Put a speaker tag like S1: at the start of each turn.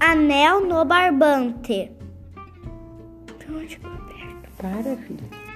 S1: anel no barbante.
S2: Para, filha.